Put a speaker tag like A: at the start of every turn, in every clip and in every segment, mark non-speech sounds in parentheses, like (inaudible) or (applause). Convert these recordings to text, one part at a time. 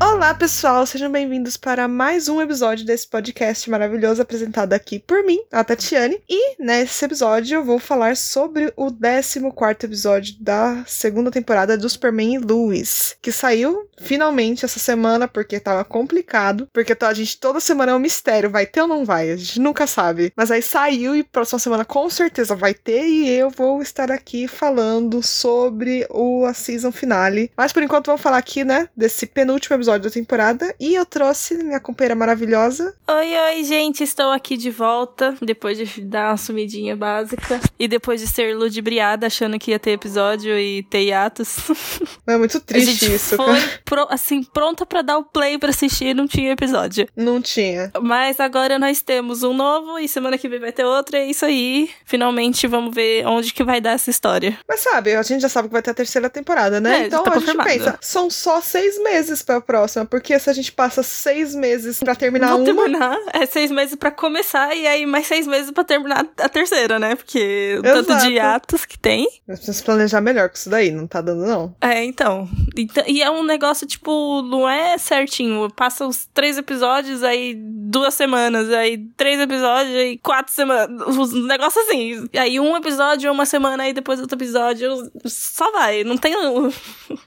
A: Olá, pessoal, sejam bem-vindos para mais um episódio desse podcast maravilhoso apresentado aqui por mim, a Tatiane. E nesse episódio eu vou falar sobre o 14 episódio da segunda temporada do Superman e Lois, que saiu finalmente essa semana porque tava complicado, porque a gente toda semana é um mistério, vai ter ou não vai, a gente nunca sabe. Mas aí saiu e próxima semana com certeza vai ter e eu vou estar aqui falando sobre o a season finale. Mas por enquanto vamos falar aqui, né, desse penúltimo episódio da temporada e eu trouxe minha companheira maravilhosa.
B: Oi, oi, gente, estou aqui de volta depois de dar uma sumidinha básica e depois de ser ludibriada achando que ia ter episódio e ter hiatos. (laughs)
A: É muito triste
B: a gente
A: isso,
B: foi
A: cara.
B: pro- assim pronta pra dar o play pra assistir, e não tinha episódio.
A: Não tinha.
B: Mas agora nós temos um novo e semana que vem vai ter outro, é isso aí. Finalmente vamos ver onde que vai dar essa história.
A: Mas sabe, a gente já sabe que vai ter a terceira temporada, né?
B: É,
A: então
B: tá
A: a gente
B: confirmado.
A: pensa, são só seis meses pra próxima, porque se a gente passa seis meses pra terminar
B: Vamos
A: uma,
B: terminar. É seis meses pra começar e aí mais seis meses pra terminar a terceira, né? Porque o tanto
A: Exato.
B: de atos que tem.
A: nós precisamos planejar melhor com isso daí, não tá dando não.
B: É, então. Então- E é um negócio, tipo, não é certinho. Passa os três episódios, aí duas semanas, aí três episódios, aí quatro semanas. Os negócios assim. Aí um episódio, uma semana, aí depois outro episódio. Só vai. Não tem. um.
A: Uhum.
B: o-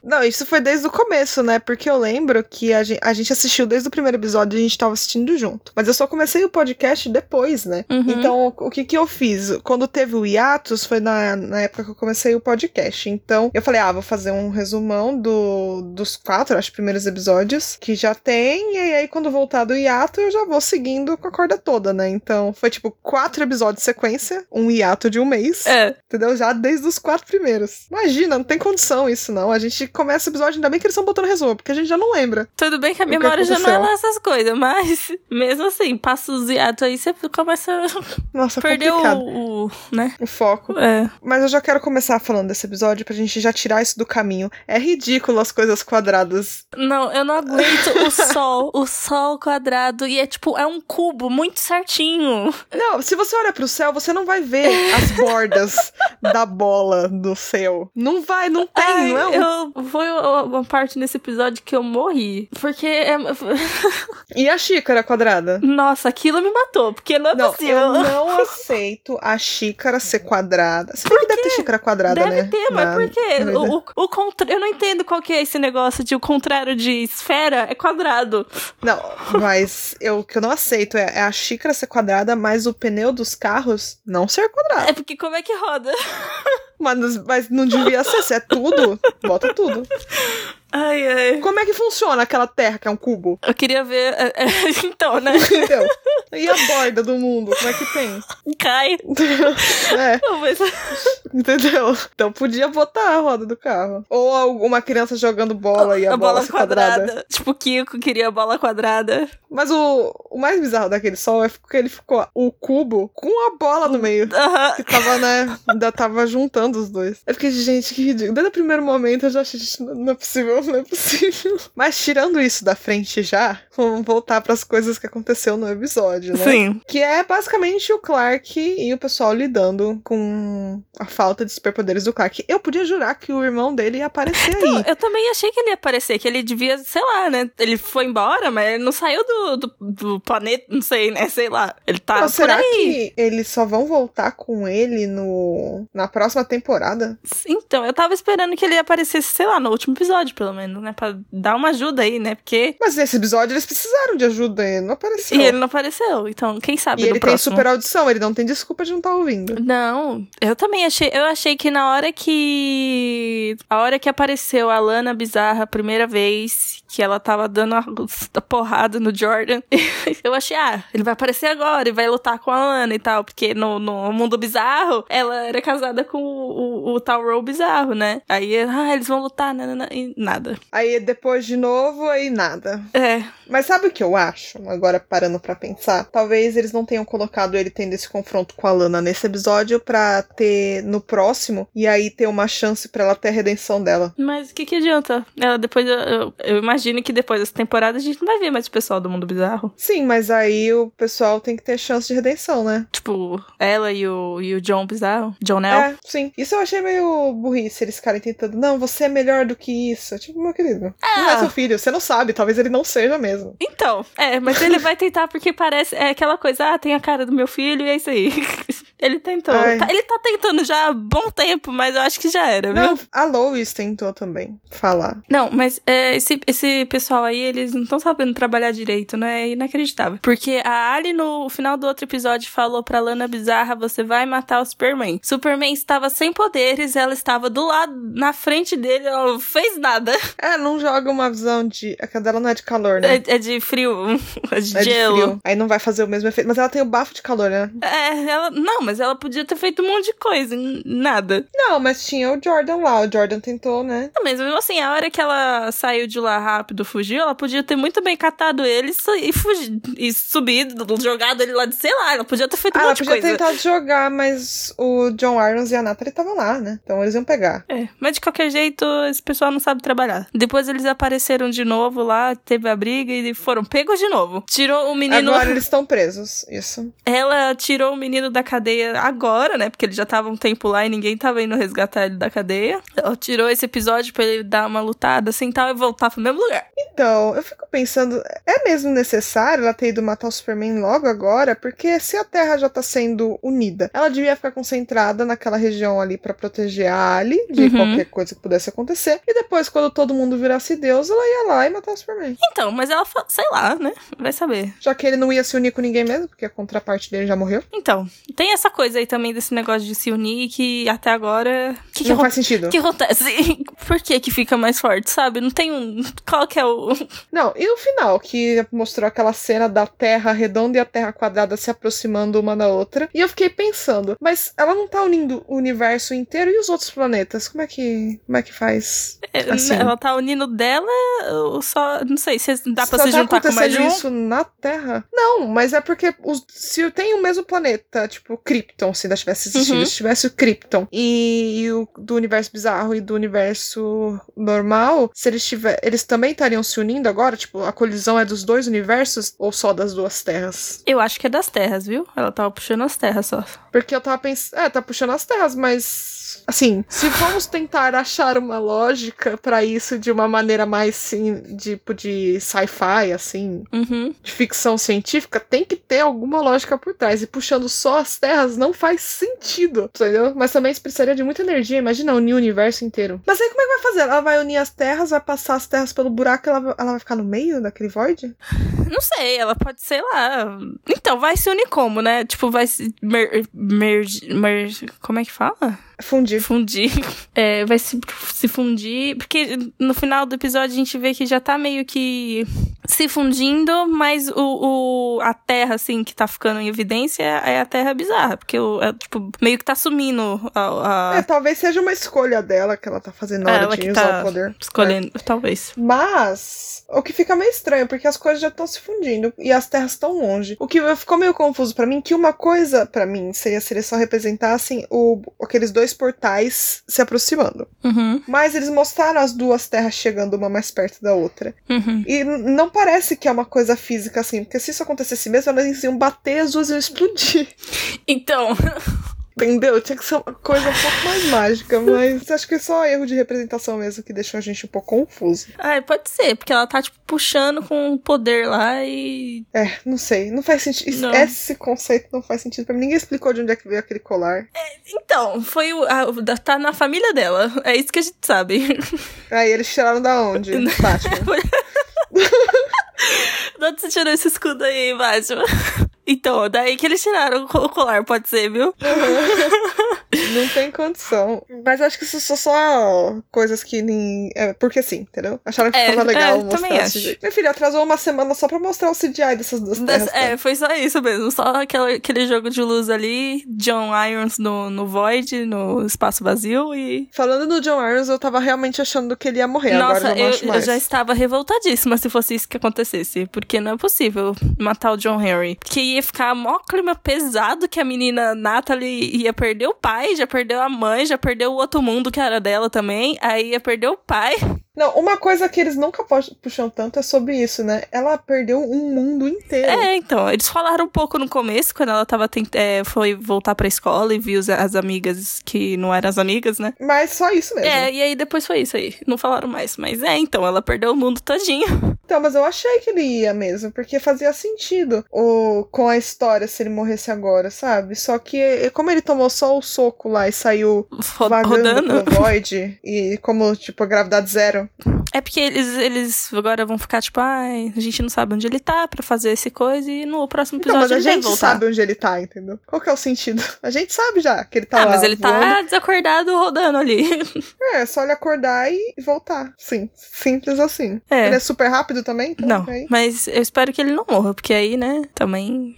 A: Não, isso foi desde o começo, né? Porque eu lembro que a gen- a gente, assistiu desde o primeiro episódio e a gente tava assistindo junto. Mas eu só comecei o podcast depois, né?
B: Uhum.
A: Então, o que que eu fiz? Quando teve o hiatus, foi na, na época que eu comecei o podcast. Então, eu falei, ah, vou fazer um resumão do, dos quatro, acho, primeiros episódios que já tem. E aí, quando voltar do hiato, eu já vou seguindo com a corda toda, né? Então, foi tipo quatro episódios de sequência, um hiato de um mês.
B: É.
A: Entendeu? Já desde os quatro primeiros. Imagina, não tem condição isso, não. A gente começa o episódio, ainda bem que eles estão botando resumo, porque a gente já não lembra.
B: Tudo bem que a
A: O que
B: memória já não é
A: aconteceu?
B: lá essas coisas, mas mesmo assim, passa os hiatos aí, você começa a
A: Nossa, é
B: perder
A: Tá complicado.
B: o, o. né?
A: O foco.
B: É.
A: Mas eu já quero começar falando desse episódio pra gente já tirar isso do caminho. É ridículo as coisas quadradas.
B: Não, eu não aguento o (laughs) sol, o sol quadrado. E é tipo, é um cubo muito certinho.
A: Não, se você olha pro céu, você não vai
B: (laughs)
A: ver as bordas da bola do céu. Não vai, não tem,
B: Ai,
A: não é um-
B: eu, foi uma uma parte nesse episódio que eu morri. Porque. é- (laughs)
A: E a xícara quadrada?
B: Nossa, aquilo me matou. Porque não é
A: Não,
B: possível. (laughs)
A: eu não aceito a xícara ser quadrada. Se bem que deve ter xícara quadrada,
B: Deve
A: né?
B: ter, mas
A: Na-
B: por quê?
A: na
B: O, o, o contra... Eu não entendo qual que é esse negócio de o contrário de esfera é quadrado.
A: Não, mas eu, o que eu não aceito é, é a xícara ser quadrada, mas o pneu dos carros não ser quadrado.
B: É porque como é que
A: (laughs)
B: roda?
A: Mas, mas não devia ser, se é tudo, bota tudo.
B: Ai, ai.
A: Como é que funciona aquela terra que é um cubo? (laughs)
B: Eu queria ver. é, é, (laughs) Então, né?
A: Entendeu? E a borda do mundo, como é que tem? (laughs)
B: Cai.
A: É,
B: Mas-
A: entendeu? Então podia botar a roda do carro. Ou alguma criança jogando bola e a, bola, ser quadrada.
B: Tipo, Kiko queria a bola quadrada.
A: Mas o, o mais bizarro daquele sol é que ele ficou o cubo com a bola no meio.
B: Aham.
A: Que tava, né? Ainda tava juntando os dois. Eu fiquei, gente, que ridículo. Desde o primeiro momento eu já achei, gente, não não é possível, não é possível. (laughs) Mas tirando isso da frente já, vamos voltar pras coisas que aconteceu no episódio, né?
B: Sim.
A: Que é basicamente o Clark e o pessoal lidando com a falta de superpoderes do Clark. Eu podia jurar que o irmão dele ia aparecer aí.
B: Eu também achei que ele ia aparecer, que ele devia, sei lá, né? Ele foi embora, mas ele não saiu do, do, do planeta, não sei, né? Sei lá. Ele tá
A: Então,
B: por
A: será que
B: aí.
A: eles só vão voltar com ele no na próxima temporada?
B: Então, eu tava esperando que ele aparecesse, sei lá, no último episódio, pelo menos, né? Pra dar uma ajuda aí, né? Porque.
A: Mas nesse episódio eles precisaram de ajuda e não apareceu.
B: E ele não apareceu. Então, quem sabe
A: E
B: no
A: ele tem
B: próximo.
A: super audição, ele não tem desculpa de não estar ouvindo.
B: Não, eu também achei. Eu achei que na hora que. A hora que apareceu a Lana Bizarra a primeira vez, que ela tava (laughs) dando a porrada no Jordan, (laughs) eu achei, ah, ele vai aparecer agora e vai lutar com a Lana e tal. Porque no, no mundo bizarro, ela era casada com o, o, o tal Row Bizarro, né? Aí, ah, eles vão lutar, nanana, e nada.
A: Aí depois de novo, aí nada.
B: É,
A: Mas sabe o que eu acho? Agora parando pra pensar, talvez eles não tenham colocado ele tendo esse confronto com a Lana nesse episódio pra ter no próximo e aí ter uma chance pra ela ter a redenção dela.
B: Mas o que, que adianta? Ela depois. Eu, eu- eu imagino que depois dessa temporada a gente não vai ver mais o pessoal do mundo bizarro.
A: Sim, mas aí o pessoal tem que ter chance de redenção, né?
B: Tipo, ela e o, e o John bizarro. John Nell.
A: É, sim. Isso eu achei meio burrice, eles ficarem tentando. Não, você é melhor do que isso. Tipo, meu querido, não
B: Ah.
A: é seu filho, você não sabe, talvez ele não seja mesmo.
B: Então, é, mas ele vai tentar porque parece. É aquela coisa, ah, tem a cara do meu filho e é isso aí. (laughs) ele tentou.
A: Ai.
B: Tá- ele tá tentando já há bom tempo, mas eu acho que já era, viu?
A: Não, a Lois tentou também falar.
B: Não, mas é, esse, esse pessoal aí, eles não estão sabendo trabalhar direito, né? É inacreditável. Porque a Ali, no final do outro episódio, falou pra Lana Bizarra: você vai matar o Superman. Superman estava sem poderes, ela estava do lado, na frente dele, ela não fez nada.
A: É, não joga uma visão de. A cadela não é de calor, né?
B: É, é de frio, (laughs) é de
A: É de
B: gelo.
A: frio. Aí não vai fazer o mesmo efeito. Mas ela tem o bafo de calor, né?
B: É, ela. Não, mas ela podia ter feito um monte de coisa, n- nada.
A: Não, mas tinha o Jordan lá. O Jordan tentou, né?
B: Não, mas mesmo assim, a hora que ela saiu de lá rápido, fugiu, ela podia ter muito bem catado ele e su- e fugido, e subido, jogado ele lá de sei lá. Ela podia ter feito
A: Ah,
B: um
A: ela
B: monte de
A: podia
B: coisa.
A: tentar jogar, mas o John Irons e a Natalie estavam lá, né? Então eles iam pegar.
B: É, mas de qualquer jeito, esse pessoal não sabe trabalhar. Depois eles apareceram de novo lá, teve a briga e foram pegos de novo. Tirou o menino.
A: Agora eles estão presos. Isso.
B: Ela tirou o menino da cadeia agora, né? Porque ele já tava um tempo lá e ninguém tava indo resgatar ele da cadeia. Ela tirou esse episódio pra ele dar uma lutada assim tal e voltar pro mesmo lugar.
A: Então, eu fico pensando, é mesmo necessário ela ter ido matar o Superman logo agora? Porque se a Terra já tá sendo unida, ela devia ficar concentrada naquela região ali pra proteger a Ali de
B: Uhum.
A: qualquer coisa que pudesse acontecer. E depois, quando todo mundo virasse Deus, ela ia lá e matar o Superman.
B: Então, mas ela fa- sei lá, né? Vai saber.
A: Já que ele não ia se unir com ninguém mesmo, porque a contraparte dele já morreu.
B: Então, tem essa coisa aí também desse negócio de se unir que até agora. O que, que
A: não
B: acon-
A: faz sentido.
B: que acontece? (laughs) Por que que fica mais forte, sabe? Não tem um. Qual que é o. (laughs)
A: Não, e o final, que mostrou aquela cena da Terra redonda e a Terra quadrada se aproximando uma da outra. E eu fiquei pensando, mas ela não tá unindo o universo inteiro e os outros planetas? Como é que, como é que faz?
B: é,
A: Assim.
B: Ela tá unindo dela ou só. Não sei se dá pra
A: Só
B: se
A: tá
B: juntar com mais de
A: acontecendo
B: um.
A: isso na Terra? Não, mas é porque os- se tem o mesmo planeta, tipo Krypton, se ainda tivesse existido,
B: Uhum.
A: se tivesse o Krypton e, o do universo bizarro e do universo normal, se eles tiver, eles também estariam se unindo agora? Tipo, a colisão é dos dois universos ou só das duas terras?
B: Eu acho que é das terras, viu? Ela tava puxando as terras só.
A: Porque eu tava pensando. É, tá puxando as terras, mas. Assim, se vamos tentar achar uma lógica pra isso de uma maneira mais, sim, tipo de sci-fi, assim,
B: Uhum.
A: de ficção científica, tem que ter alguma lógica por trás. E puxando só as terras não faz sentido, entendeu? Mas também isso precisaria de muita energia. Imagina unir o universo inteiro. Mas aí como é que vai fazer? Ela vai unir as terras, vai passar as terras pelo buraco, ela, vai- ela vai ficar no meio daquele void?
B: Não sei, ela pode, sei lá. Então, vai se unir como, né? Tipo, vai se. Mer, mer, mer- como é que fala?
A: Fundir.
B: Fundir. É, vai se, se fundir. Porque no final do episódio a gente vê que já tá meio que se fundindo, mas o, o- a terra, assim, que tá ficando em evidência é a terra bizarra. Porque, o, é, tipo, meio que tá sumindo a. a-
A: É, talvez seja uma escolha dela que ela tá fazendo na
B: Ah. É,
A: hora
B: ela
A: de
B: que
A: usar
B: tá
A: o poder.
B: Escolhendo, talvez.
A: Mas o que fica meio estranho, porque as coisas já estão se fundindo e as terras estão longe. O que ficou meio confuso pra mim, que uma coisa pra mim seria se eles só representassem o, aqueles dois portais se aproximando.
B: Uhum,
A: Mas eles mostraram as duas terras chegando uma mais perto da outra.
B: uhum.
A: E n- não parece que é uma coisa física assim, porque se isso acontecesse mesmo, elas iam bater, as duas iam explodir. (laughs)
B: Então, (laughs)
A: Entendeu? Tinha que ser uma coisa um pouco mais mágica, mas acho que é só erro de representação mesmo que deixou a gente um pouco confuso.
B: ah, pode ser, porque ela tá, tipo, puxando com o poder lá e.
A: É, não sei, não faz sentido.
B: Não.
A: Esse conceito não faz sentido pra mim. Ninguém explicou de onde é que veio aquele colar.
B: Então, foi o. a- o da- tá na família dela. É isso que a gente sabe. (laughs)
A: Aí eles tiraram da onde? Do Batman.
B: De onde você tirou esse escudo aí, Batman? (laughs) Então, daí que eles tiraram o co- o colar, pode ser, viu?
A: não tem condição. Mas acho que isso são só coisas que nem. É, porque sim, entendeu? Acharam que
B: É,
A: ficava
B: é,
A: legal
B: também
A: mostrar desse
B: acho.
A: jeito. Meu filho, atrasou uma semana só pra mostrar o CGI dessas duas terras.
B: Des- é, foi só isso mesmo. Só aquela- aquele jogo de luz ali, John Irons no, no Void, no espaço vazio e.
A: Falando do John Irons, eu tava realmente achando que ele ia morrer. Agora
B: Nossa,
A: eu não
B: eu,
A: acho
B: eu
A: mais.
B: já estava revoltadíssima se fosse isso que acontecesse. Porque não é possível matar o John Henry. Porque ia ficar mó clima pesado que a menina Natalie ia perder o pai. já perdeu a mãe, já perdeu o outro mundo que era dela também, aí ia perder
A: (laughs)
B: o pai.
A: Não, uma coisa que eles nunca pu- puxam tanto é sobre isso, né? Ela perdeu um mundo inteiro.
B: É, então, eles falaram um pouco no começo, quando ela tava tent... é, foi voltar pra escola e viu os- as amigas que não eram as amigas, né?
A: Mas só isso mesmo.
B: É, e aí depois foi isso aí. Não falaram mais. Mas é, então, ela perdeu o mundo todinho.
A: Então, mas eu achei que ele ia mesmo, porque fazia sentido o, com a história se ele morresse agora, sabe? Só que eh, como ele tomou só o soco lá e saiu
B: Ro-
A: vagando
B: rodando.
A: pelo void, e como, tipo, a gravidade zero.
B: É porque eles, eles agora vão ficar tipo, ai, a gente não sabe onde ele tá pra fazer esse coisa e no próximo
A: Então, mas a
B: episódio ele vai
A: gente
B: voltar.
A: sabe onde ele tá, entendeu? Qual que é o sentido? A gente sabe já que ele tá
B: ah,
A: lá.
B: mas ele tá
A: voando.
B: desacordado
A: (laughs)
B: rodando ali.
A: É, é só ele acordar e e voltar. Sim, simples assim.
B: É.
A: Ele é super rápido também? Então,
B: Não,
A: ok.
B: mas eu espero que ele não morra, porque aí, né, também,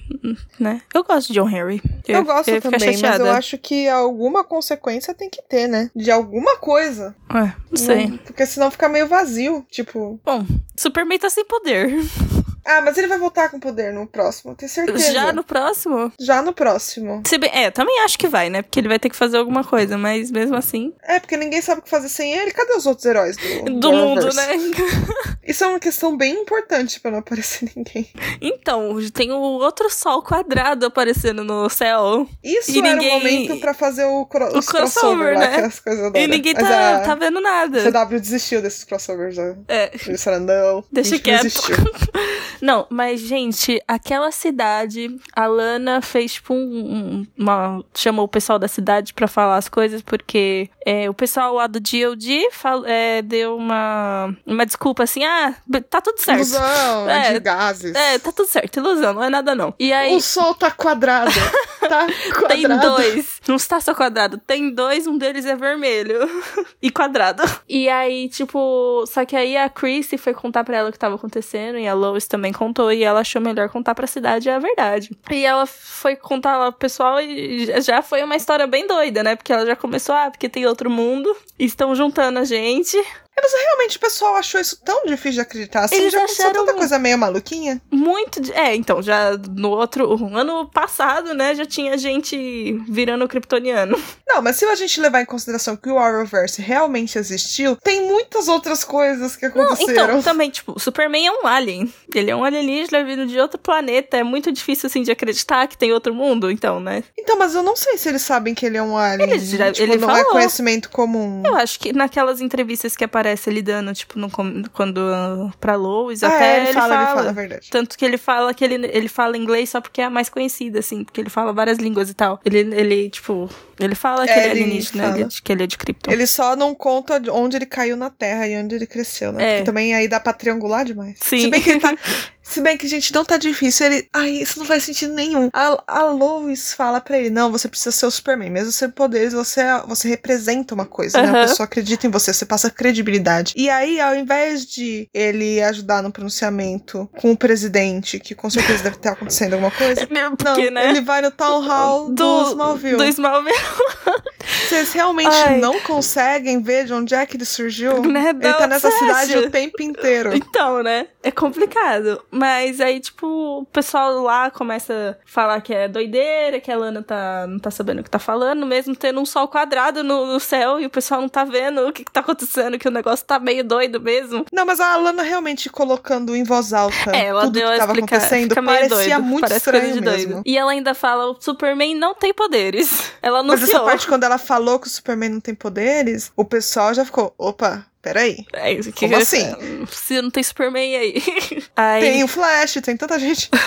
B: né. Eu gosto de John Henry.
A: Eu,
B: ia-
A: gosto
B: ia ficar
A: também, mas
B: chateada.
A: eu acho que alguma consequência tem que ter, né? De alguma coisa.
B: É, não sei.
A: Não, porque senão fica meio vazio. Tipo,
B: Superman tá sem poder.
A: ah, mas ele vai voltar com poder no próximo, eu tenho certeza.
B: Já no próximo?
A: Já no próximo.
B: Se bem, é, também acho que vai, né? Porque ele vai ter que fazer alguma coisa, mas mesmo assim.
A: É, porque ninguém sabe o que fazer sem ele. Cadê os outros heróis do,
B: (laughs) Do mundo,
A: Arrowverse?
B: né?
A: Isso é uma questão bem importante pra não aparecer (laughs) ninguém.
B: Então, tem o outro sol quadrado aparecendo no céu.
A: Isso
B: E
A: era
B: ninguém-
A: o momento pra fazer o, cro
B: O
A: os crossover,
B: crossover,
A: lá,
B: né?
A: aquelas coisas da
B: E ninguém
A: Mas ah,
B: tá,
A: a
B: tá vendo nada.
A: CW desistiu desses crossovers. Né?
B: É.
A: Eles falaram, não,
B: Deixa
A: a gente
B: quieto.
A: desistiu.
B: (laughs) Não, mas, gente, aquela cidade, a Lana fez, tipo, um, um- uma. chamou o pessoal da cidade pra falar as coisas, porque é, o pessoal lá do DLD fal- é, deu uma, uma desculpa assim: ah, b- tá tudo certo.
A: Fusão
B: É.
A: de gases.
B: É, tá tudo certo, ilusão, não é nada não. E aí.
A: O sol tá
B: (laughs)
A: quadrado. Tá quadrado.
B: Tem dois. (laughs) Não está só quadrado. Tem dois, um deles é vermelho. (laughs) e quadrado. E aí, tipo. Só que aí a Chrissy foi contar pra ela o que tava acontecendo. E a Lois também contou. E ela achou melhor contar pra cidade a verdade. E ela foi contar lá pro pessoal. E já- já foi uma história bem doida, né? Porque ela já começou. Ah, porque tem outro mundo. Estão juntando a gente.
A: Realmente, o pessoal achou isso tão difícil de acreditar. Assim,
B: Eles
A: já aconteceu
B: acharam
A: tanta
B: um-
A: coisa meio maluquinha.
B: Muito. de- É, então, já no outro. um Ano passado, né? Já tinha gente virando kryptoniano.
A: Não, mas se a gente levar em consideração que o Arrowverse realmente existiu, tem muitas outras coisas que
B: Não,
A: aconteceram.
B: Então, também, tipo, o Superman é um alien. Ele é um alienígena vindo de outro planeta. É muito difícil, assim, de acreditar que tem outro mundo, então, né?
A: Então, mas eu não sei se eles sabem que ele é um alien.
B: Ele já-
A: tipo,
B: ele
A: não é
B: falou.
A: conhecimento comum.
B: Eu acho que naquelas entrevistas que aparece ele dando, tipo, no com- quando ah, pra Lois,
A: Ah,
B: até
A: é, ele fala, ele fala, é verdade.
B: Tanto que ele fala que ele, ele fala inglês só porque é a mais conhecida, assim, porque ele fala várias línguas e tal. Ele, ele tipo, ele fala que
A: É,
B: ele é
A: ele
B: alienígena, ele é
A: fala.
B: de- que ele é de Krypton.
A: Ele só não conta de onde ele caiu na Terra e onde ele cresceu, né?
B: É.
A: Porque também aí dá pra triangular demais.
B: Sim.
A: Se bem que ele tá.
B: (laughs)
A: Se bem que, gente, não tá difícil. Ele. Ai, isso não faz sentido nenhum. A, a Lois fala pra ele: não, você precisa ser o Superman. Mesmo sem poderes, você, é, você representa uma coisa, né?
B: Aham.
A: A pessoa acredita em você, você passa credibilidade. E aí, ao invés de ele ajudar no pronunciamento com o presidente, que com certeza deve estar acontecendo alguma coisa.
B: (laughs) Porque,
A: não,
B: né?
A: ele vai no town hall do,
B: Do-
A: Smallville.
B: Do Smallville,
A: Vocês realmente
B: Ai.
A: não conseguem ver de onde é que ele surgiu?
B: né?
A: Ele
B: Da
A: tá nessa
B: Obsession.
A: cidade o tempo inteiro.
B: (laughs) Então, né? É complicado. Mas aí, tipo, o pessoal lá começa a falar que é doideira, que a Lana tá, não tá sabendo o que tá falando, mesmo tendo um sol quadrado no, no céu e o pessoal não tá vendo o que, que tá acontecendo, que o negócio tá meio doido mesmo.
A: Não, mas a Alana realmente colocando em voz alta
B: É, ela
A: tudo
B: deu
A: que
B: a
A: tava
B: explicar.
A: acontecendo
B: Fica meio
A: parecia
B: doido.
A: muito
B: Parece coisa
A: estranho
B: de doido.
A: mesmo.
B: E ela ainda fala: o Superman não tem poderes. (laughs) Ela
A: Mas
B: anunciou.
A: essa parte quando ela falou que o Superman não tem poderes, o pessoal já ficou, opa, peraí.
B: É, isso que
A: Como assim?
B: (laughs) Se não tem Superman e aí. (laughs) aí
A: Tem o Flash, tem tanta gente. (laughs)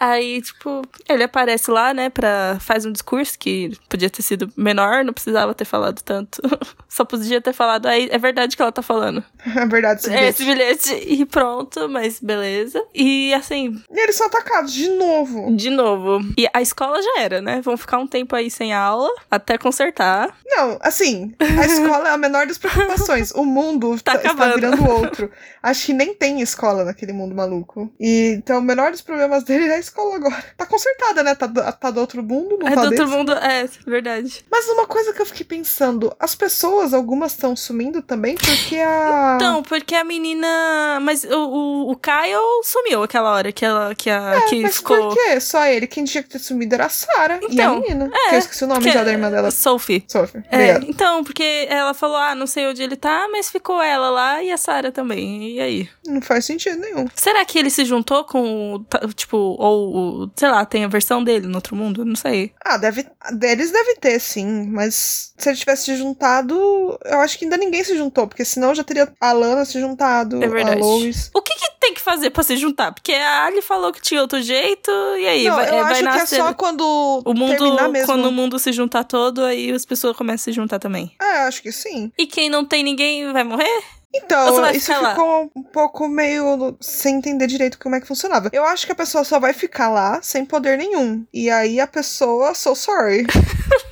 B: Aí, tipo, ele aparece lá, né, pra... Faz um discurso que podia ter sido menor, não precisava ter falado tanto. (laughs) Só podia ter falado, aí é verdade que ela tá falando.
A: É verdade, esse
B: É, esse
A: bilhete.
B: bilhete. (laughs) E pronto, mas beleza. E, assim,
A: E eles são atacados de novo.
B: de novo. E a escola já era, né? Vão ficar um tempo aí sem aula, até consertar.
A: Não, assim, a escola é a menor das preocupações. O mundo mundo
B: Tá
A: tá está
B: acabando.
A: virando outro. Acho que nem tem escola naquele mundo maluco. E então o menor dos problemas dele é a escola agora. Tá consertada, né? Tá do, tá do outro mundo, não
B: É
A: tá
B: do
A: desse.
B: outro mundo. É, verdade.
A: Mas uma coisa que eu fiquei pensando, as pessoas, algumas estão sumindo também porque a
B: Então, porque a menina. Mas o, o, o Kyle sumiu aquela hora que ela que, a, que
A: É, mas
B: ficou.
A: por quê? Só ele. Quem tinha que ter sumido era a Sarah e a
B: Então,
A: menina.
B: é,
A: que eu esqueci o nome
B: porque-
A: já da irmã dela.
B: Sophie.
A: Sophie.
B: É,
A: Obrigada.
B: então, porque ela falou, ah, não sei onde ele tá, mas ficou ela lá e a Sarah também. E aí?
A: Não faz sentido nenhum.
B: Será que ele se juntou com, o ta- tipo, ou, o- sei lá, tem a versão dele no outro mundo? Não sei.
A: Ah, deve, deles deve ter, sim. Mas se ele tivesse se juntado, eu acho que ainda ninguém se juntou, porque senão já teria a Lana se juntado,
B: É
A: a
B: verdade.
A: Lois.
B: O que, que tem que fazer pra se juntar? Porque a Ali falou que tinha outro jeito, e aí?
A: Não,
B: vai,
A: eu
B: é, vai
A: acho que é
B: nascer...
A: só quando
B: O
A: terminar
B: mundo,
A: mesmo.
B: quando o mundo se juntar todo, aí as pessoas começam a se juntar também.
A: É, acho que sim.
B: E quem não tem ninguém vai morrer? Ou você
A: Então,
B: vai
A: isso
B: ficar lá?
A: ficou um pouco meio sem entender direito como é que funcionava. Eu acho que a pessoa só vai ficar lá sem poder nenhum. E aí a pessoa, so sorry.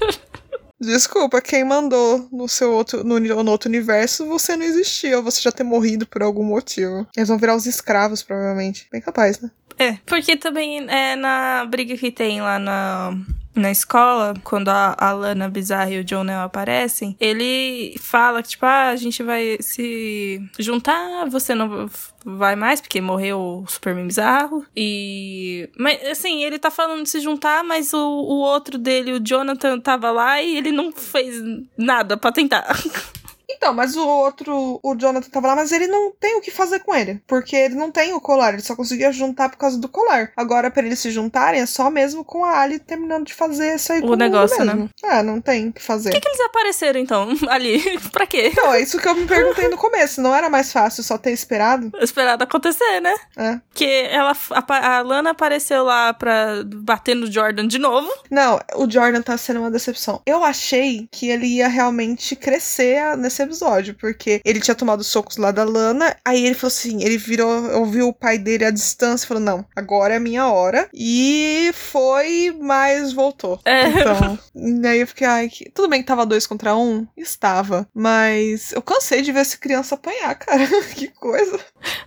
B: (laughs)
A: Desculpa, quem mandou no seu outro, no, uni- no outro universo, você não existia, ou você já ter morrido por algum motivo. Eles vão virar os escravos, provavelmente. Bem capaz, né?
B: É. Porque também é na briga que tem lá na. Na escola, quando a, a Lana Bizarra e o John Nell aparecem, ele fala que, tipo, ah, a gente vai se juntar, você não vai mais, porque morreu o Superman Bizarro. E. Mas, assim, ele tá falando de se juntar, mas o, o outro dele, o Jonathan, tava lá e ele não fez nada pra tentar.
A: Então, mas o outro, o Jonathan tava lá, mas ele não tem o que fazer com ele. Porque ele não tem o colar, ele só conseguia juntar por causa do colar. Agora, pra eles se juntarem, é só mesmo com a Ali terminando de fazer isso aí
B: O
A: com mundo
B: negócio, né?
A: mesmo. É, não tem o que fazer.
B: que eles apareceram, então, (laughs) ali? pra quê?
A: Então, é isso que eu me perguntei no começo. Não era mais fácil só ter esperado?
B: Esperado acontecer, né?
A: É.
B: Que ela, a, a Lana apareceu lá pra bater no Jordan de novo.
A: Não, o Jordan tá sendo uma decepção. Eu achei que ele ia realmente crescer a- nesse episódio, porque ele tinha tomado os socos lá da Lana, aí ele falou assim, ele virou, ouviu o pai dele à distância e falou, não, agora é a minha hora. E foi, mas voltou.
B: É. (laughs)
A: Então, e aí eu fiquei, ai, que... tudo bem que tava dois contra um? Estava. Mas eu cansei de ver essa criança apanhar, cara. (laughs) que coisa.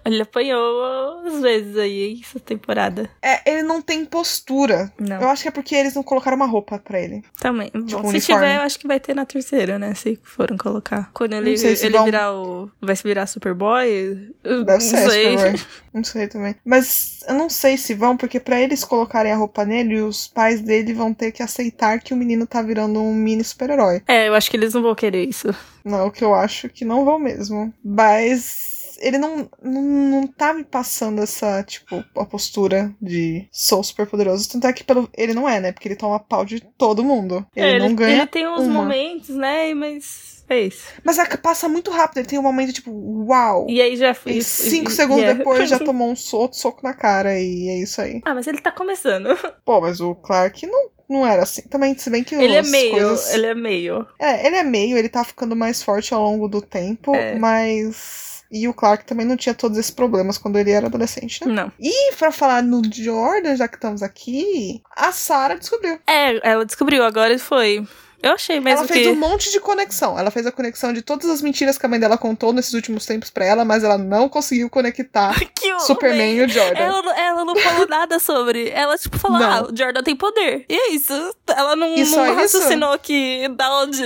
B: Ele apanhou às vezes aí, hein, essa temporada.
A: É, ele não tem postura.
B: Não,
A: Eu acho que é porque eles não colocaram uma roupa pra ele.
B: também. Bom, se
A: uniforme.
B: tiver, eu acho que vai ter na terceira, né? Se forem colocar. Quando ele,
A: Não sei se
B: ele
A: vão-
B: virar o. Vai se virar Superboy? Eu
A: Deve
B: não
A: ser,
B: sei.
A: Superboy. (laughs) Não sei também. Mas eu não sei se vão, porque pra eles colocarem a roupa nele, os pais dele vão ter que aceitar que o menino tá virando um mini super-herói.
B: (laughs) É, eu acho que eles não vão querer isso.
A: Não, é o que eu acho que não vão mesmo. Mas ele não, não, não tá me passando essa, tipo, a postura de sou super poderoso. Tanto é que pelo, ele não é, né? Porque ele toma pau de todo mundo. Ele
B: É,
A: não
B: ele,
A: ganha.
B: ele tem uns
A: uma.
B: momentos, né? Mas é isso.
A: Mas é que passa muito rápido. Ele tem um momento, tipo, uau.
B: E aí já foi.
A: E cinco segundos depois (laughs)
B: (laughs)
A: já tomou um soco, soco na cara. E é isso aí.
B: Ah, mas ele tá começando.
A: Pô, mas o Clark não, não era assim. Também, se bem que
B: Ele é
A: as
B: meio,
A: coisas-
B: ele é meio.
A: É, ele é meio, ele tá ficando mais forte ao longo do tempo,
B: É.
A: mas. E o Clark também não tinha todos esses problemas quando ele era adolescente, né?
B: Não.
A: E pra falar no Jordan, já que estamos aqui, a Sarah descobriu.
B: É, ela descobriu, agora foi. Eu achei mesmo
A: ela fez
B: que.
A: um monte de conexão. Ela fez a conexão de todas as mentiras que a mãe dela contou nesses últimos tempos pra ela, mas ela não conseguiu conectar
B: (laughs) que o-
A: Superman e o Jordan.
B: Ela, não- ela não falou nada sobre. Ela, tipo, falou:
A: Não.
B: ah, o Jordan tem poder. E é isso. Ela não,
A: E só
B: não
A: isso?
B: raciocinou que da onde.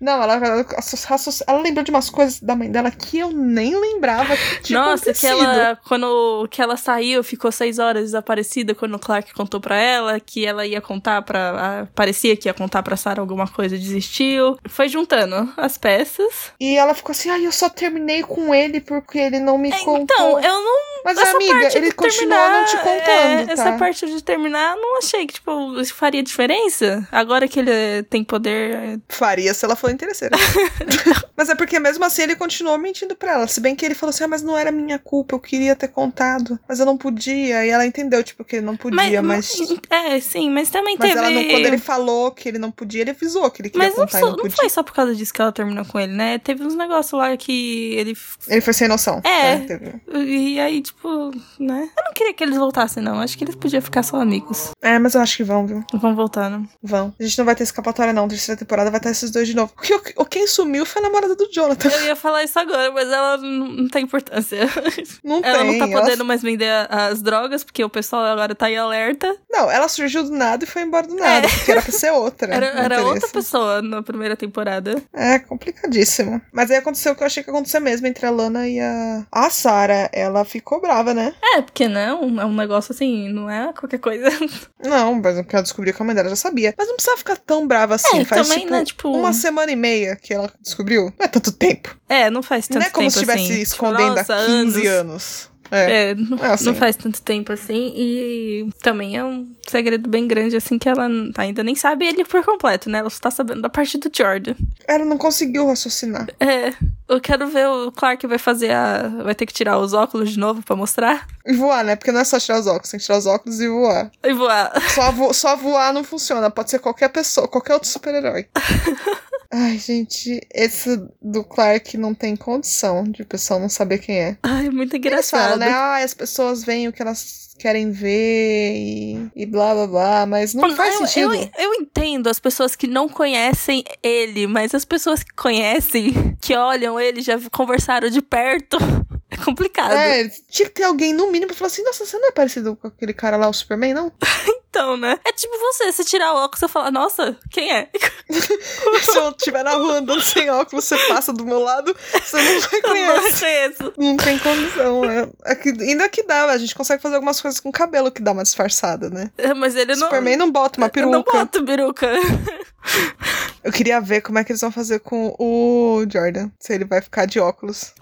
A: Não, ela, ela, associ- ela lembrou de umas coisas da mãe dela que eu nem lembrava que (laughs) tinha
B: Nossa, que
A: acontecido.
B: ela. Quando que ela saiu, ficou seis horas desaparecida quando o Clark contou pra ela que ela ia contar pra. a- parecia que ia contar pra Sarah alguma coisa e desistiu. Foi juntando as peças.
A: E ela ficou assim, ai, eu só terminei com ele porque ele não me contou.
B: Então, eu não.
A: Mas,
B: essa
A: amiga,
B: parte
A: ele
B: de
A: continuou
B: terminar,
A: não te
B: é,
A: contando, tá?
B: Essa parte de terminar, não achei que, tipo, isso faria diferença. Agora que ele tem poder. é,
A: Faria se ela for
B: (laughs)
A: interesseira. mas é porque mesmo assim ele continuou mentindo pra ela. Se bem que ele falou assim, ah, mas não era minha culpa, eu queria ter contado. Mas eu não podia. E ela entendeu, tipo, que ele não podia, mas... Mas,
B: É, sim, mas também teve.
A: ela não, quando ele falou que ele não podia, ele avisou que ele queria
B: Mas não,
A: contar
B: só-
A: e não
B: não
A: podia.
B: foi só por causa disso que ela terminou com ele, né? Teve uns negócios lá que ele.
A: Ele foi sem noção.
B: É.
A: né? Teve-
B: E aí, tipo, né? Eu não queria que eles voltassem, não. Acho que eles podiam ficar só amigos.
A: É, mas eu acho que vão, viu?
B: Não vão voltar, não.
A: Vão. A gente não vai ter escapatória, não. Terceira temporada vai estar esses dois de novo. Porque o- o- quem sumiu foi a namorada do Jonathan.
B: Eu ia falar isso agora, mas ela não não tem importância. (laughs)
A: Não
B: Ela
A: tem.
B: não tá
A: ela-
B: podendo mais vender a- as drogas, porque o pessoal agora tá em alerta.
A: Não, ela surgiu do nada e foi embora do nada. Porque era pra ser outra.
B: É. (laughs) Era,
A: o
B: era outra
A: interesse.
B: pessoa na primeira temporada.
A: É, complicadíssimo. Mas aí aconteceu o que eu achei que aconteceu mesmo entre a Lana e a. A Sarah, ela ficou brava, né?
B: É, porque né? um- é um negócio assim, não é qualquer coisa.
A: Não, mas porque ela descobriu é que a mãe dela já sabia. Mas não precisava ficar tão brava assim.
B: é,
A: Faz
B: também,
A: tipo,
B: né? (laughs) Tipo.
A: uma semana e meia que ela descobriu. Não é tanto tempo.
B: É, não faz tanto
A: não é como
B: tempo
A: se estivesse
B: assim.
A: escondendo
B: tipo, nossa,
A: há 15 anos. É.
B: É, não,
A: É assim.
B: não faz tanto tempo assim. E também é um segredo bem grande, assim, que ela n- ainda nem sabe ele por completo, né? Ela só tá sabendo da parte do Jordan.
A: Ela não conseguiu raciocinar.
B: É, eu quero ver o Clark vai fazer a. Vai ter que tirar os óculos de novo pra mostrar
A: E voar, né? Porque não é só tirar os óculos, tem que tirar os óculos e voar.
B: e voar. (laughs)
A: Só, vo- só voar não funciona. Pode ser qualquer pessoa, qualquer outro
B: (laughs)
A: super-herói. Ai, gente, esse do Clark não tem condição de o pessoal não saber quem é.
B: Ai, muito
A: Eles falam,
B: engraçado.
A: né? Ah, as pessoas veem o que elas querem ver e, e blá blá blá, mas não
B: Mano,
A: faz
B: eu,
A: sentido.
B: Eu, eu entendo as pessoas que não conhecem ele, mas as pessoas que conhecem, que olham ele, já conversaram de perto. (laughs) É complicado.
A: É, tinha que ter alguém no mínimo pra falar assim: nossa, você não é parecido com aquele cara lá, o Superman,
B: (laughs)
A: não? (laughs)
B: Então, né? É tipo você, você tirar o óculos e falar, nossa, quem é? (laughs)
A: Se eu estiver na rua andando sem óculos, você passa do meu lado, você não
B: (laughs) Eu não
A: reconhece.
B: reconheço.
A: Não tem condição. É, É que- ainda que dá, a gente consegue fazer algumas coisas com o cabelo que dá uma disfarçada, né?
B: É, Mas ele não.
A: Superman não bota uma
B: eu
A: peruca.
B: não boto peruca. (laughs)
A: Eu queria ver como é que eles vão fazer com o Jordan. Se ele vai ficar de
B: (laughs)
A: óculos.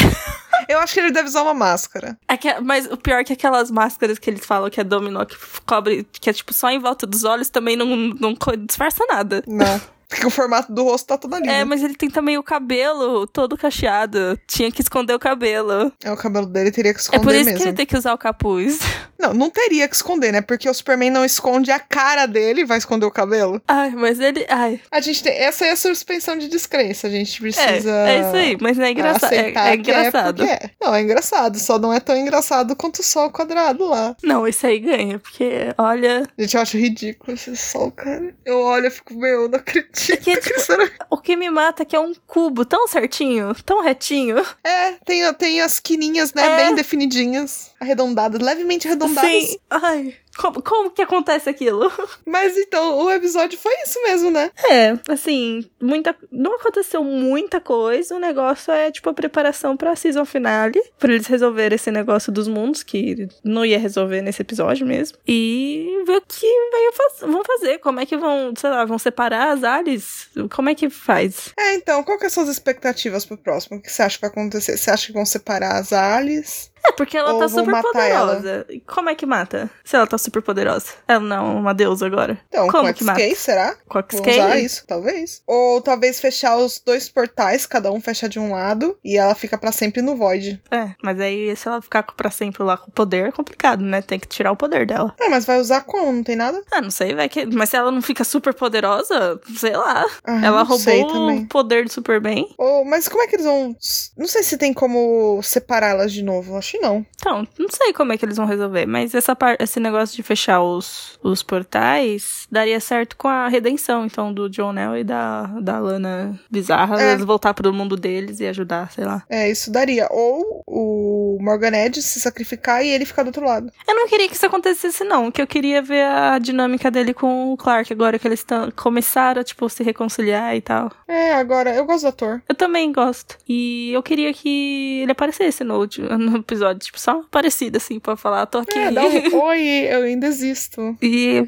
A: Eu acho que ele deve usar uma máscara.
B: Aque- Mas o pior é que aquelas máscaras que eles falam que é dominó, que f- cobre, que é tipo só em volta dos olhos, também não, não co- disfarça nada.
A: Não. né? Porque o formato do rosto tá todo ali.
B: É,
A: É,
B: mas ele tem também o cabelo todo cacheado. Tinha que esconder o cabelo.
A: É, o cabelo dele teria que
B: É
A: esconder
B: por isso
A: mesmo.
B: que ele tem que usar o capuz. (laughs)
A: Não, não teria que esconder, né? Porque o Superman não esconde a cara dele, vai esconder o cabelo.
B: Ai, mas ele. Ai.
A: A gente tem. Essa é a suspensão de descrença. A gente precisa.
B: É, é isso aí. Mas não é engraçado. É,
A: aceitar
B: é
A: que
B: engraçado.
A: porque é. Não, é engraçado. Só não é tão engraçado quanto o sol quadrado lá.
B: Não, isso aí ganha, porque, olha.
A: Gente, eu acho ridículo esse sol, cara. Eu olho e fico, meu, eu não acredito. (laughs)
B: Porque,
A: que
B: tipo,
A: isso era-
B: O que me mata é que é um cubo tão certinho, tão retinho.
A: É, tem, tem as quininhas, né?
B: É.
A: Bem definidinhas, arredondadas, levemente arredondadas.
B: Sim. assim, Ai. Como, como que acontece aquilo?
A: Mas então, o episódio foi isso mesmo, né?
B: É, assim, muita, não aconteceu muita coisa. O negócio é tipo a preparação pra season finale, pra eles resolverem esse negócio dos mundos que não ia resolver nesse episódio mesmo. E ver o que vai faz- vão fazer, como é que vão, sei lá, vão separar as áreas, como é que faz?
A: É, então, qual que são as suas expectativas pro próximo? O que você acha que vai acontecer? Você acha que vão separar as Alice?
B: É, porque ela
A: Ou
B: tá
A: vão
B: super
A: matar ela.
B: poderosa. E Como é que mata? Se ela tá super poderosa. Ela não é uma deusa agora.
A: Então,
B: Como
A: com a
B: que mata?
A: X-Case, será?
B: Com a
A: Vão
B: Cascade?
A: usar isso, talvez. Ou talvez fechar os dois portais, cada um fecha de um lado, e ela fica pra sempre no Void.
B: É, mas aí se ela ficar com- pra sempre lá com o poder, é complicado, né? Tem que tirar o poder dela.
A: É, mas vai usar como? Não tem nada?
B: Ah, não sei, vai que. Mas se ela não fica super poderosa, sei lá.
A: Ah,
B: ela
A: não sei
B: roubou
A: também.
B: o poder do Superman.
A: Ou, mas como é que eles vão. Não sei se tem como separá-las de novo. Acho que não.
B: Então, não sei como é que eles vão resolver. Mas essa par... esse negócio de fechar os, os portais daria certo com a redenção, então, do John Nell e da, da Lana bizarra.
A: É.
B: Eles voltar pro mundo deles e ajudar, sei lá.
A: É, isso daria. Ou o Morgan Edge se sacrificar e ele ficar do outro lado.
B: Eu não queria que isso acontecesse, não. Que eu queria é ver a dinâmica dele com o Clark agora que eles tão... começaram a, tipo, se reconciliar e tal.
A: É, agora, eu gosto do ator.
B: Eu também gosto. E eu queria que ele aparecesse no, ulti- (laughs) no episódio, tipo, só uma parecida, assim, pra falar, tô aqui.
A: É, dá um oi, eu ainda existo.
B: (laughs) E eu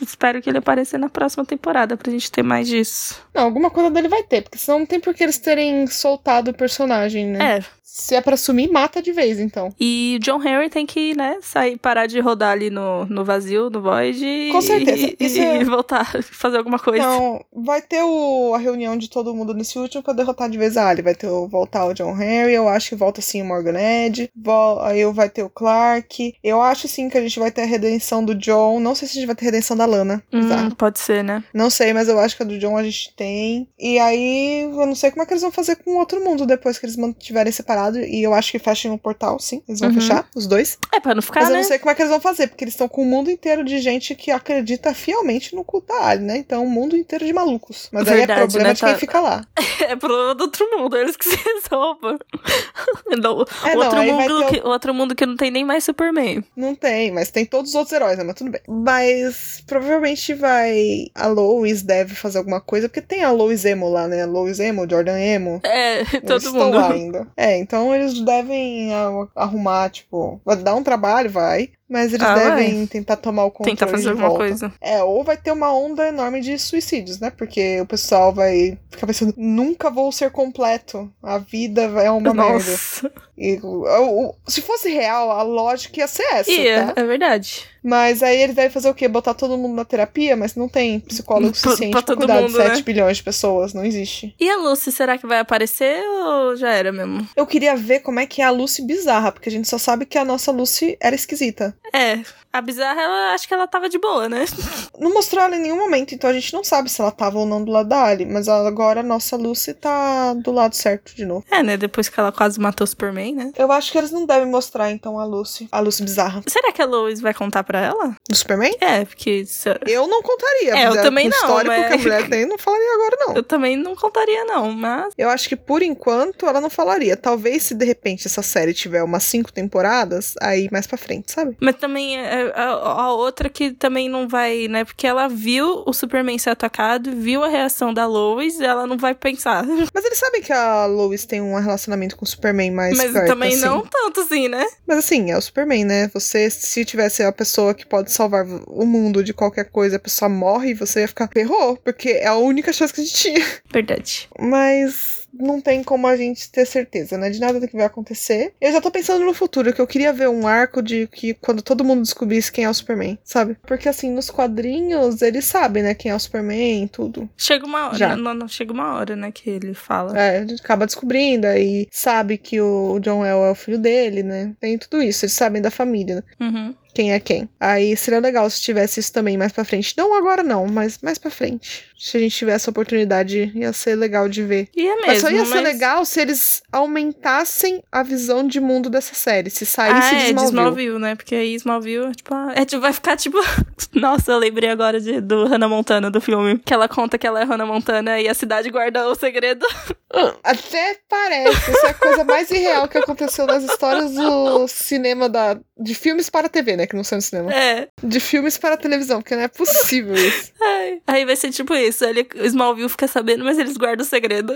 B: espero que ele apareça na próxima temporada pra gente ter mais disso.
A: Não, alguma coisa dele vai ter, porque senão não tem por que eles terem soltado o personagem, né?
B: É.
A: Se é pra sumir, mata de vez, então.
B: E John Henry tem que, né, sair, parar de rodar ali no, no vazio, no void. e-
A: Com certeza.
B: E, e
A: Isso é-
B: voltar, (laughs) fazer alguma coisa.
A: Então, vai ter o- a reunião de todo mundo nesse último pra derrotar de vez a Ali. Vai ter o, voltar o John Harry, eu acho que volta sim o Morgan Edge. volta, aí vai ter o Clark. Eu acho sim que a gente vai ter a redenção do John. Não sei se a gente vai ter a redenção da Lana.
B: Hum,
A: bizarro.
B: pode ser, né?
A: Não sei, mas eu acho que a do John a gente tem. E aí, eu não sei como é que eles vão fazer com o outro mundo depois que eles mantiverem separado. E eu acho que fechem o portal, sim. Eles vão
B: Uhum.
A: fechar, os dois.
B: É pra não ficar,
A: mas eu
B: né?
A: não sei como é que eles vão fazer, porque eles estão com o mundo inteiro de gente que acredita fielmente no culto da Ali, né? Então, um mundo inteiro de malucos. Mas aí
B: Verdade,
A: é problema
B: né?
A: de quem
B: Tá-
A: fica lá.
B: (laughs) É problema do outro mundo, eles que (laughs) se resolvam. Não,
A: É, não,
B: outro,
A: aí vai ter
B: mundo
A: o-
B: que, outro mundo que não tem nem mais Superman.
A: Não tem, mas tem todos os outros heróis, né? Mas tudo bem. Mas provavelmente vai. A Lois deve fazer alguma coisa, porque tem a Lois Emo lá, né? Lois Emo, Jordan Emo.
B: É, (laughs)
A: Eu
B: todo
A: estou
B: mundo.
A: lá ainda. É, então eles devem a- arrumar, tipo, vai dar um trabalho, vai. Mas eles
B: Ah, vai.
A: devem tentar tomar o controle
B: Tentar
A: de
B: fazer alguma
A: volta.
B: coisa.
A: É, ou vai ter uma onda enorme de suicídios, né? Porque o pessoal vai ficar pensando, nunca vou ser completo. A vida vai- é uma merda.
B: Nossa.
A: E, o- o- se fosse real, a lógica ia ser essa,
B: Ia,
A: tá?
B: é verdade.
A: Mas aí ele deve fazer o quê? Botar todo mundo na terapia? Mas não tem psicólogo
B: (laughs) Pra-
A: suficiente
B: pra
A: pra,
B: todo
A: cuidar
B: mundo,
A: de 7
B: né?
A: bilhões de pessoas. Não existe.
B: E a Lucy, será que vai aparecer ou já era mesmo?
A: Eu queria ver como é que é a Lucy bizarra, porque a gente só sabe que a nossa Lucy era esquisita.
B: É, a Bizarra, ela, acho que ela tava de boa, né?
A: Não mostrou ela em nenhum momento, então a gente não sabe se ela tava ou não do lado da Ali. Mas agora a nossa Lucy tá do lado certo de novo.
B: É, né? Depois que ela quase matou o Superman, né?
A: Eu acho que eles não devem mostrar, então, a Lucy. A Lucy bizarra.
B: Será que a Lois vai contar pra ela?
A: Do Superman?
B: É, porque se-
A: Eu não contaria.
B: É, eu
A: né?
B: também
A: Com o
B: não,
A: histórico
B: mas-
A: que a mulher tem, não falaria agora, não.
B: eu também não contaria, não, mas.
A: Eu acho que por enquanto ela não falaria. Talvez se de repente essa série tiver umas cinco temporadas, aí mais pra frente, sabe?
B: Mas também é, a, a outra que também não vai, né? Porque ela viu o Superman ser atacado, viu a reação da Lois, ela não vai pensar.
A: Mas eles sabem que a Lois tem um relacionamento com o Superman mais
B: (laughs) Mas
A: perto,
B: também
A: assim.
B: não tanto assim, né?
A: Mas assim, é o Superman, né? Você, se tivesse a pessoa que pode salvar o mundo de qualquer coisa, a pessoa morre, você ia ficar ferrou, porque é a única chance que a gente tinha.
B: Verdade.
A: Mas não tem como a gente ter certeza, né? De nada do que vai acontecer. Eu já tô pensando no futuro, que eu queria ver um arco de que quando todo mundo descobrisse quem é o Superman, sabe? Porque assim, nos quadrinhos eles sabem, né, quem é o Superman e tudo.
B: Chega uma hora.
A: Já.
B: Não, não, chega uma hora, né? Que ele fala.
A: É, ele acaba descobrindo, aí sabe que o John Well é o filho dele, né? Tem tudo isso, eles sabem da família, né?
B: Uhum.
A: Quem é quem. Aí seria legal se tivesse isso também mais pra frente. Não agora não, mas mais pra frente. Se a gente tivesse a oportunidade, ia ser legal de ver.
B: E é mesmo.
A: Mas só ia ser
B: mas-
A: legal se eles aumentassem a visão de mundo dessa série. Se saísse
B: Ah,
A: de
B: é,
A: Smallville.
B: Desmalville, né? Porque aí Smallville, tipo, ah, é, tipo, vai ficar tipo. (laughs) Nossa, eu lembrei agora de, do Hannah Montana do filme. Que ela conta que ela é Hannah Montana e a cidade guarda o segredo. Ah.
A: Até parece. Isso é a coisa mais irreal que aconteceu nas histórias do cinema da. De filmes para TV, né? Que não são de cinema.
B: É.
A: De filmes para televisão, porque não é possível isso.
B: Ai. Aí vai ser tipo isso. Ele, o Smallville fica sabendo, mas eles guardam o segredo.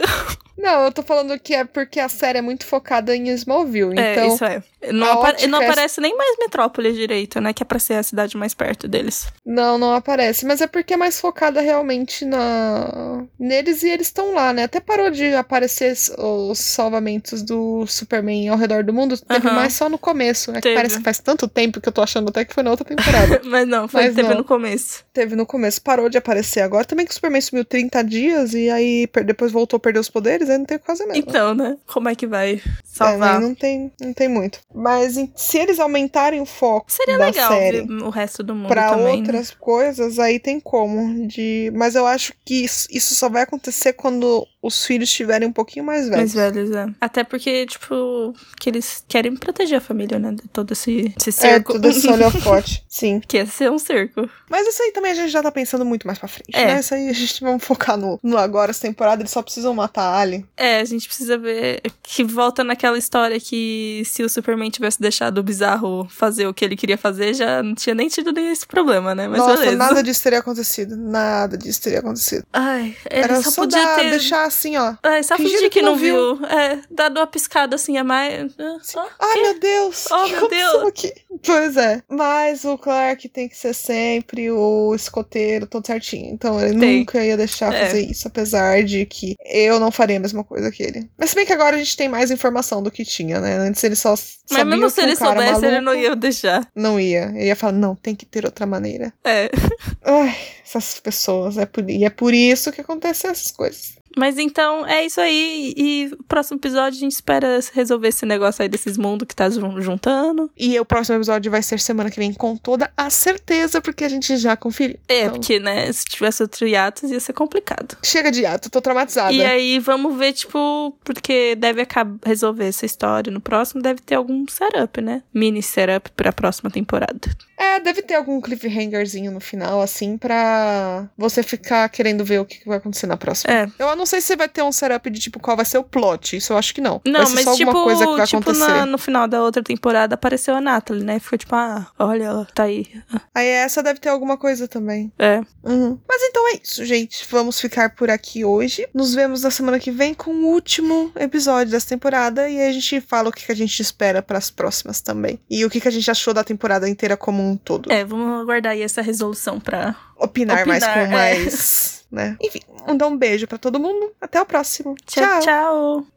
A: Não, eu tô falando que é porque a série é muito focada em Smallville.
B: é,
A: Então,
B: isso é. Não,
A: a
B: apa-
A: ótica
B: não
A: é-
B: aparece nem mais Metrópole direito, né? Que é pra ser a cidade mais perto deles. (laughs)
A: Não, não aparece. Mas é porque é mais focada realmente na neles e eles estão lá, né? Até parou de aparecer s- os salvamentos do Superman ao redor do mundo. Teve
B: Aham.
A: mais só no começo. É que
B: Teve.
A: parece que faz tanto tempo que eu tô achando até que foi na outra
B: (laughs)
A: temporada.
B: Mas não, foi
A: Mas
B: teve
A: não.
B: no começo.
A: Teve no começo, parou de aparecer agora. Também que o Superman sumiu 30 dias e aí per- depois voltou a perder os poderes, aí não tem quase mesmo.
B: Então, né? Como é que vai
A: É,
B: salvar?
A: mas não tem, não tem muito. Mas em- se eles aumentarem o foco
B: Seria
A: da
B: legal
A: série,
B: ver o resto do mundo
A: Pra
B: também. né?
A: outras coisas, aí tem como. De... Mas eu acho que isso, isso só vai acontecer quando os filhos estiverem um pouquinho mais velhos.
B: Mais velhos, é. Até porque, tipo, que eles querem proteger a família, né? De todo esse, esse
A: É,
B: cerco.
A: tudo
B: (laughs)
A: esse holofote. Sim.
B: que ia ser um cerco.
A: Mas isso aí também a gente já tá pensando muito mais pra frente,
B: É.
A: né? Isso aí a gente vamos focar no, no agora, essa temporada, eles só precisam matar a Ali.
B: É, a gente precisa ver que volta naquela história que se o Superman tivesse deixado o bizarro fazer o que ele queria fazer, já não tinha nem tido nem esse problema, né? Mas
A: Nossa,
B: beleza.
A: nada disso teria acontecido. Nada disso teria acontecido.
B: Ai, ele
A: Era
B: só,
A: só
B: podia
A: dar-
B: ter.
A: deixar assim, ó.
B: É, só
A: Fingindo
B: fingir que,
A: que
B: não
A: não
B: viu. É, dado uma piscada assim a mais.
A: Sim. Ai, meu Deus!
B: Oh,
A: o que
B: meu Deus.
A: aconteceu Aqui? Pois é. Mas o Clark tem que ser sempre o escoteiro, todo certinho. Então ele
B: Tem.
A: nunca ia deixar
B: É.
A: fazer isso, apesar de que eu não faria a mesma coisa que ele. Mas se bem que agora a gente tem mais informação do que tinha, né? Antes ele só sabia
B: Mas mesmo se
A: que um
B: ele
A: cara
B: soubesse, ele não
A: maluco-
B: ia deixar.
A: Não ia. Ele ia falar, não, tem que ter outra maneira.
B: É.
A: Ai, essas pessoas. É por... E é por isso que acontecem essas coisas.
B: Mas então é isso aí. E o próximo episódio a gente espera resolver esse negócio aí desses mundos que tá jun- juntando.
A: E o próximo episódio vai ser semana que vem com toda a certeza, porque a gente já conferiu.
B: É,
A: Então-
B: porque, né, se tivesse outro hiatus ia ser complicado.
A: Chega de ato, tô traumatizada.
B: E aí vamos ver, tipo, porque deve acab- resolver essa história. No próximo deve ter algum setup, né? Mini setup pra próxima temporada.
A: É, deve ter algum cliffhangerzinho no final, assim, pra você ficar querendo ver o que que vai acontecer na próxima.
B: É.
A: Eu não sei se vai ter um setup de tipo qual vai ser o plot, isso eu acho que não.
B: Não,
A: vai ser
B: mas
A: só
B: tipo,
A: alguma coisa que vai
B: tipo
A: acontecer.
B: na- no final da outra temporada apareceu a Natalie, né? Ficou tipo, ah, olha, ela tá aí.
A: Aí essa deve ter alguma coisa também.
B: É.
A: Uhum. Mas então é isso, gente. Vamos ficar por aqui hoje. Nos vemos na semana que vem com o último episódio dessa temporada. E aí a gente fala o que que a gente espera pras próximas também. E o que que a gente achou da temporada inteira como um todo.
B: É, vamos aguardar aí essa resolução pra
A: Opinar, mais
B: Opinar,
A: com
B: é.
A: mais. Né? Enfim, então um beijo pra todo mundo. Até o próximo.
B: tchau. tchau.